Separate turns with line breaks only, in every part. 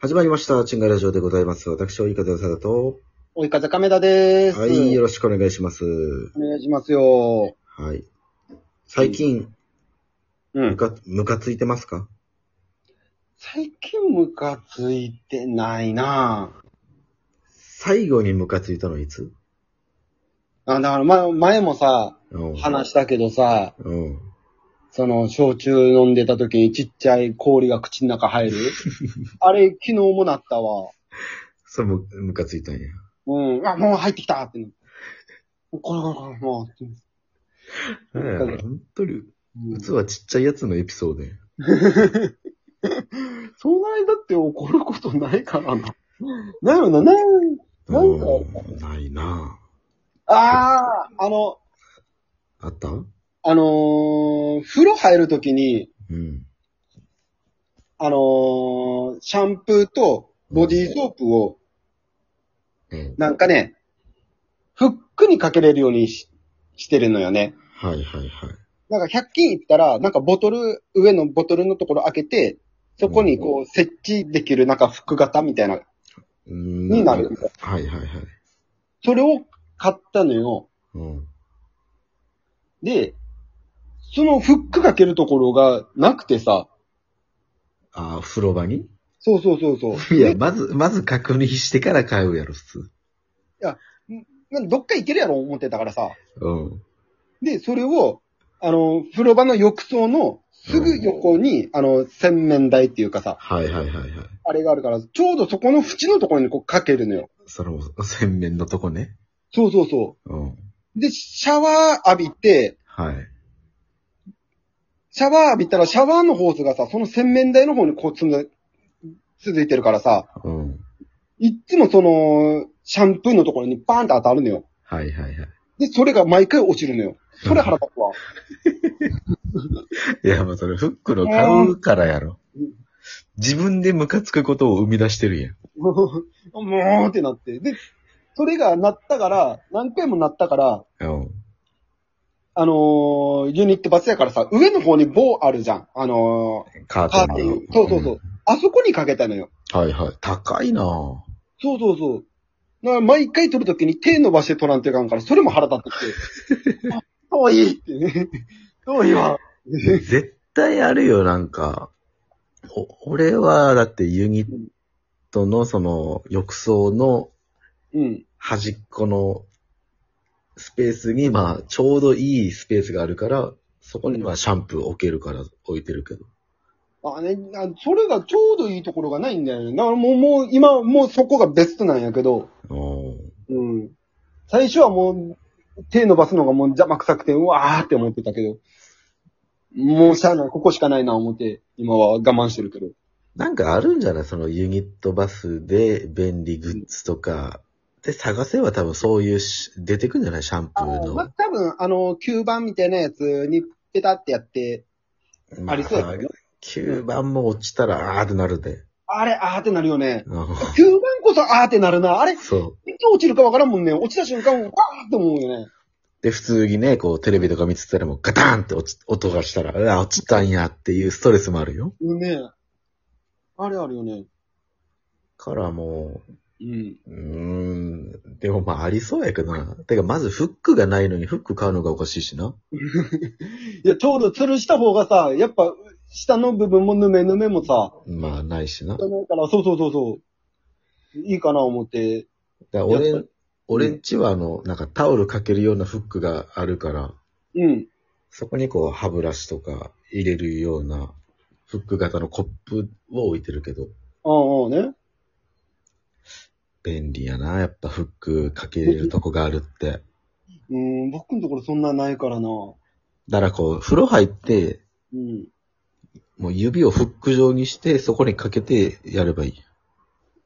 始まりました。チンガイラジオでございます。私、及川さだと。
追い風亀田です。
はい、よろしくお願いします。
お願いしますよ。
はい。最近、
う
ム。カ、ムカついてますか
最近ムカついてないな
最後にムカついたのいつ
あ、だから、ま、前もさ、
うん
話したけどさ、
うん。
その、焼酎飲んでた時にちっちゃい氷が口の中 入る。あれ、昨日もなったわ。
それも、ムカついたんや。
うん。あ、もう入ってきたって。これこれこれ、もう。
なんや
うん
本当に、
うん
器はちっちゃいやつのエピソードや。
そんなにだって怒ることないからな。なるほどな。なんか
うんないな
ああ、あの、
ぁ。あったう
あのー風呂入るときに、
ん。
あのーシャンプーとボディーソープ
う
を、
ん
なんかね、フックにかけれるようにししてるのよね。
はいはいはい。
なんか100均行ったら、なんかボトル、上のボトルのところ開けて、そこにこう設置できるなんかフック型みたいな、
うん
になるみたいな。
はいはいはい。
それを買ったのよ。
うん。
で、そのフックかけるところがなくてさ、
あー、風呂場に
そうそうそうそう。
いや、まず、まず確認してから買うやろ、普通。
なんかどっか行けるやろ思ってたからさ。
うん。
で、それを、あの、風呂場の浴槽のすぐ横に、あの、洗面台っていうかさ、
はいはいはいはい。
あれがあるから、ちょうどそこの縁のところにこうかけるのよ。
その、洗面のとこね。
そうそうそ
うん。
う。で、シャワー浴びて、
はい。
シャワー浴びたらシャワーのホースがさ、その洗面台の方にこうつむ、続いてるからさ、
うん。
いっつもその、シャンプーのところにバーンって当たるのよ。
はいはいはい。
で、それが毎回落ちるのよ。それ腹立つわ。
いや、まあそれ、フックの買うからやろ。自分でムカつくことを生み出してるやん。
もうってなって。で、それがなったから、何回もなったから、
うん。
あのー、ユニットバスやからさ、上の方に棒あるじゃん。あの
カ
ー、カーテン。そうそうそう。あそこにかけたのよ。
うん。はいはい。高いなぁ。
そうそうそう。だから毎回取るときに手伸ばして取らんといかんから、それも腹立って きて。あ遠いってね。遠いわ。
絶対あるよ、なんか。お俺は、だってユニットのその、浴槽の
うん。
端っこのスペースに、まあ、ちょうどいいスペースがあるから、そこにまあ、シャンプー置けるから置いてるけど。
あね、あそれがちょうどいいところがないんだよね。だからもう、もう、今、もうそこがベストなんやけど、
おー
うん。最初はもう、手伸ばすのがもう邪魔くさくて、うわーって思ってたけど、もうしゃあない、ここしかないな思って、今は我慢してるけど。
なんかあるんじゃないそのユニットバスで便利グッズとか。で、探せば多分そういうし、出てくんじゃないシャンプ
あ
ー
の、
の。
まあ、多分、あの、吸盤みたいなやつにペタってやって、ありそうやけど。
9番も落ちたら、あーってなるで。
あれ、あーってなるよね。
うん
吸盤こそあーってなるな。あれ、いつ
そう。
落ちるかわからんもんね。落ちた瞬間、わーって思うよね。
で、普通にね、こう、テレビとか見てたらもうガタンって落ち、音がしたら、うわ、落ちたんやっていうストレスもあるよ。
うんね。あれあるよね。
からも
うん。
う、うーん、でもまあありそうやけどな。てか、まずフックがないのにフック買うのがおかしいしな。
いや、ちょうど吊るした方がさ、やっぱ、下の部分もぬめぬめもさ、
まあ、ないしな。だか
だから、そうそうそうそう。いいかな思って。
ら俺
やっ
ん、俺んちはあの、なんかタオルかけるようなフックがあるから、
うん。
そこにこう、歯ブラシとか入れるような、フック型のコップを置いてるけど、
ああ、ね。
便利やな。やっぱフックかけれるとこがあるって。
うん、僕のところそんなないからな。
だからこう、風呂入って、
うん。
もう指をフック状にして、そこにかけてやればいい。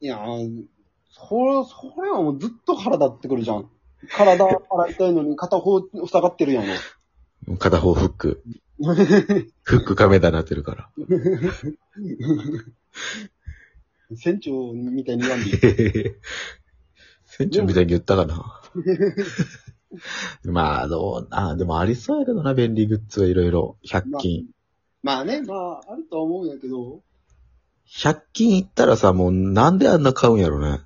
いやー、それ、それはもうずっと腹立ってくるじゃん。体洗いたいのに片方塞がってるやん。
片方フッ ク。フック亀田になってるから。
船長みたいに言わんでいい。
船長みたいに言ったかな。まあ、どうな、でもありそうやけどな、便利グッズはいろいろ。100均。
まあね、まあ、あるとは思うんやけど、
100均行ったらさ、もうなんであんな買うんやろね。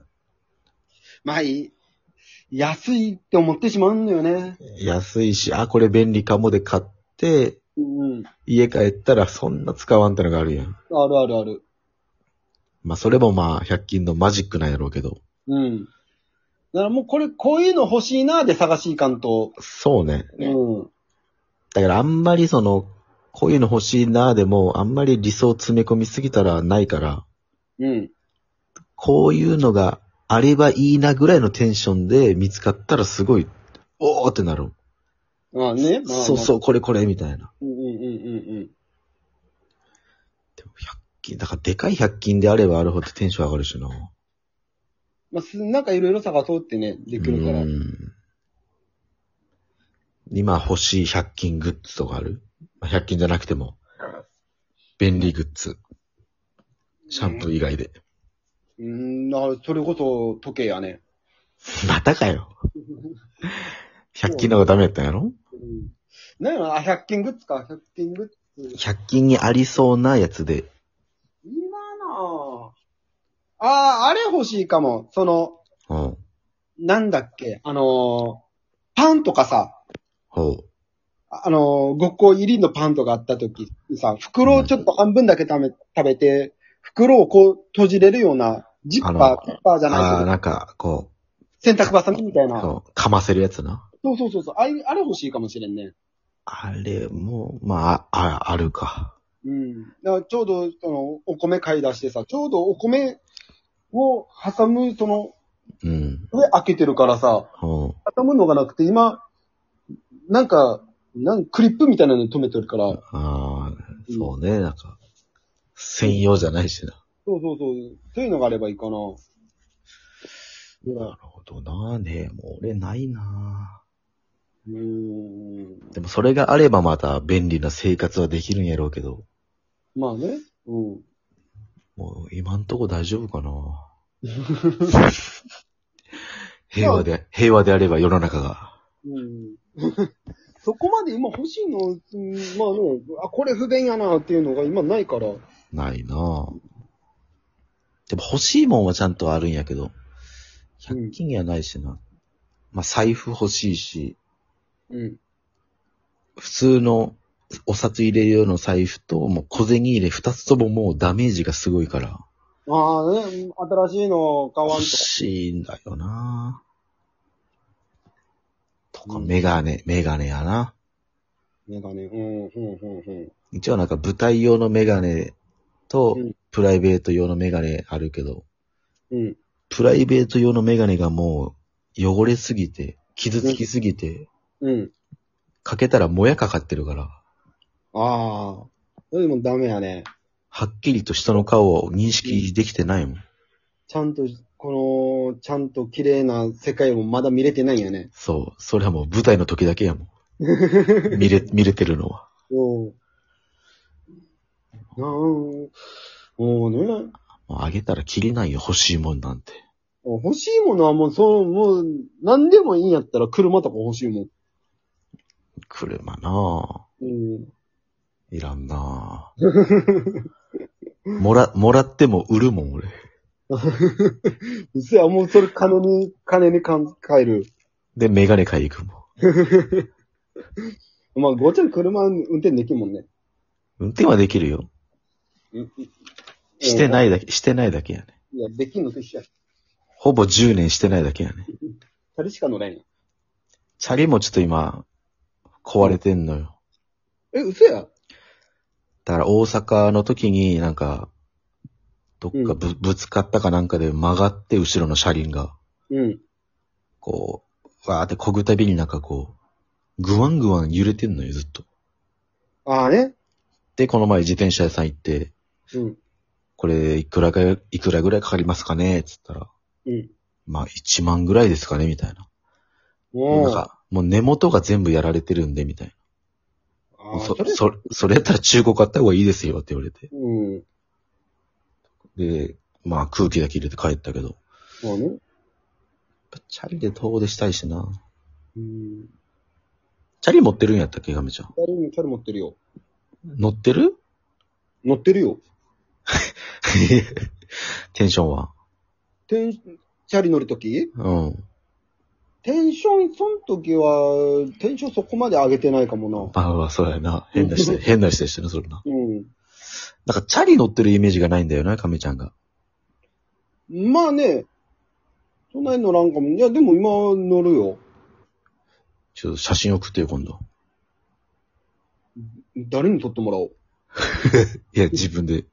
まあいい。安いって思ってしまうんだよね。
安いし、あ、これ便利かもで買って、
うん。
家帰ったらそんな使わんってのがあるやん。
あるあるある。
まあそれもまあ100均のマジックなんやろうけど。
うん。だからもうこれ、こういうの欲しいなーで探しいかんと。
そうね。
うん。
だからあんまりその、こういうの欲しいなでも、あんまり理想詰め込みすぎたらないから、
うん。
こういうのがあればいいなぐらいのテンションで見つかったらすごい、おーってなる。
まあね。まあまあ
そうそう、これこれ、みたいな。
うんうんうんうんうん。
でも100均、だからでかい100均であればあるほどテンション上がるしな。
まあ、すなんかいろいろ探そうってね、できるから。
うん今欲しい100均グッズとかあるまあ ?100 均じゃなくても、便利グッズ。シャンプー以外で。
うん、だからそれこそ時計やね。
またか よ。100均の方がダメやったんやろ
うん。なんやろな、あ100均グッズか、100均グッズ。
100均にありそうなやつで。
今なぁ。ああ、あれ欲しいかも。その、
うん。
なんだっけ、あのーパンとかさ、
ほう。
ああのー、5個入りのパンとかあった時にさ、袋をちょっと半分だけ食べ食べて、袋をこう閉じれるような、ジッパ
あの
ー、ジッパーじゃ
ああー、
ない
なんか、こ、
けど、洗濯バサミみたいうな。
こうかませるやつな。
そうそうそうそうあい。あれ欲しいかもしれんね。
あれも、まあ、あ、あるか。
うん。だからちょうど、その、お米買い出してさ、ちょうどお米を挟む、その、
うん。
上開けてるからさ、
うん。
挟むのがなくて、今、なんか、なんクリップみたいなのに止めてるから、
ああ、そうね、なんか、専用じゃないしな。
そうそうそう、そういうのがあればいいかな。
なるほどなね。もう俺ないな
うーん。
でもそれがあればまた便利な生活はできるんやろうけど、
まあね。うん。
もう今んとこ大丈夫か な平和で、平和であれば世の中が。
うん、 そこまで今欲しいの、うんまあね、あ、これ不便やなっていうのが今ないから。
ないなぁ。でも欲しいもんはちゃんとあるんやけど、100均やないしな。まあ、財布欲しいし、
うん。
普通のお札入れる用の財布と、もう小銭入れ2つとももうダメージがすごいから、
ああね、新しいの買わん
欲
と。
しいんだよなぁ。とか、
うん
メガネ、メガネやな。
メガネ。うん、うん、うん、うん。
一応なんか舞台用のメガネと
うん、
プライベート用のメガネあるけど、
うん。
プライベート用のメガネがもう汚れすぎて、傷つきすぎて、
うん。
かけたらもやかかってるから、
ああ。それでもダメやね。
はっきりと人の顔を認識できてないもん。
ちゃんと、この、ちゃんと綺麗な世界もまだ見れてないんやね。
そう。それはもう舞台の時だけやもん。見れ、見れてるのは。
うん。なん、もうね、
もうあげたらきりないよ、欲しいもんなんて。
欲しいものはもう、そう、もう、何でもいいんやったら車とか欲しいもん。
車な
うん。
ぁ。いらんなぁ。もら、もらっても売るもん、俺。
うせや、もうそれ金に、金にかん変える。
で、メガネ買いに行くもん。
まあ、ごちゃん車運転できんもんね。。
運転はできるよ。してないいだけ、してないだけやね。
いや、できんのと一緒や。
ほぼ10年してないだけやね。
それしか乗れんや。
チャリもちょっと今、壊れてんのよ。
え、うせや。
だから大阪の時になんか、どっかぶ,、ぶつかったかなんかで曲がって後ろの車輪が、
うん。
こう、わーってこぐたびになんかこう、ぐわんぐわん揺れてんのよ、ずっと。
ああね。
で、この前自転車屋さん行って、
うん。
これいくらか、いくらぐらいかかりますかねっつったら、
うん。
まあ1万ぐらいですかねみたいな。
も
なん
う、あ
か、もう根元が全部やられてるんで、みたいな。
あ
そ
それ、
そそれやったら中古買った方がいいですよって言われて。
うん。
で、まあ空気だけ入れて帰ったけど。
そうね。
チャリで遠出したいしな。
うん。
チャリ持ってるんやったっけ、ガメちゃん。
チャリ、チャリ持ってるよ。
乗ってる
乗ってるよ。
テンションは。
テン、チャリ乗るとき
うん。
テンション、その時は、テンションそこまで上げてないかも
まあまあ、そうやな。変な 人、変な人でしたね、それな。
な。うん。
なんか、チャリ乗ってるイメージがないんだよな、亀ちゃんが。
まあね、そんなに乗らんかも。いや、でも今乗るよ。
ちょっと写真送ってよ、今度。
誰に撮ってもらおう。
いや、自分で、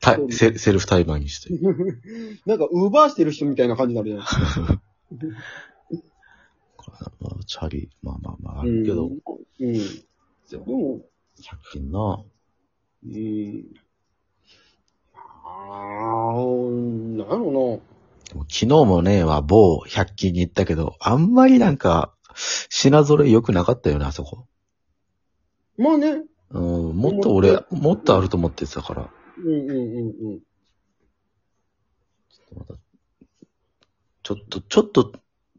たセセルフ対バンにして。
なんか、ウーバーしてる人みたいな感じになるじゃない
まあ、チャリ、まあまあまあ、あるけど、
うん。うんで
でも
も、
さっきな、
うん。ああ、なんやろ
でも昨日もね、は某100均に行ったけど、あんまりなんか、品揃え良くなかったよね、あそこ。
な。まあね。
うん、もっと俺、もっとあると思ってたから。
うんうんうんうん。
ちょっと、ちょっと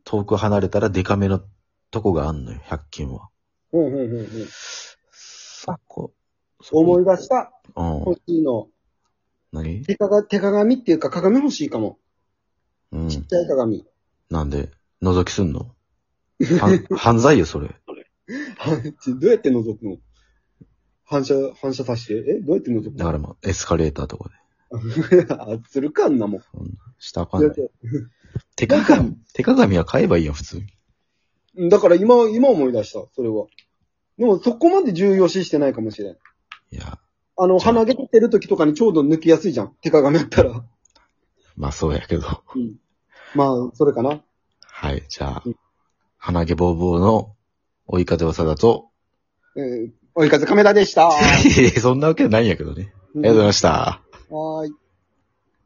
遠く離れたらデカめのとこがあんのよ、100均は。
ほうほうほうほう。
さこ、
思い
出
出した。
うん
欲。しいの。
何
手鏡、手鏡っていうか鏡欲しいかも。
う
ちっ
ん。
ちゃい鏡。
なんで、覗きすんの犯犯罪よ、それ。
ちどうやって覗くの反射、反射させて。えどうやって覗く
だからまあ、エスカレーターとかで。
の あ、するかんなもん。
下あかんない。手鏡、手鏡は買えばいいやん、普通に。
うんだから今、今思い出した、それは。でもそこまで重要視してないかもしれん。
いや、
あの、
じゃあ
鼻毛取ってる時とかにちょうど抜きやすいじゃん。手鏡あったら。
まあそうやけど。
まあ、それかな。
はい、じゃあ
うん、
鼻毛ボーボーの追い風技だと、
えー、追い風亀田でした。あ
いやそんなわけないんやけどね。ありがとうございました。
はーい。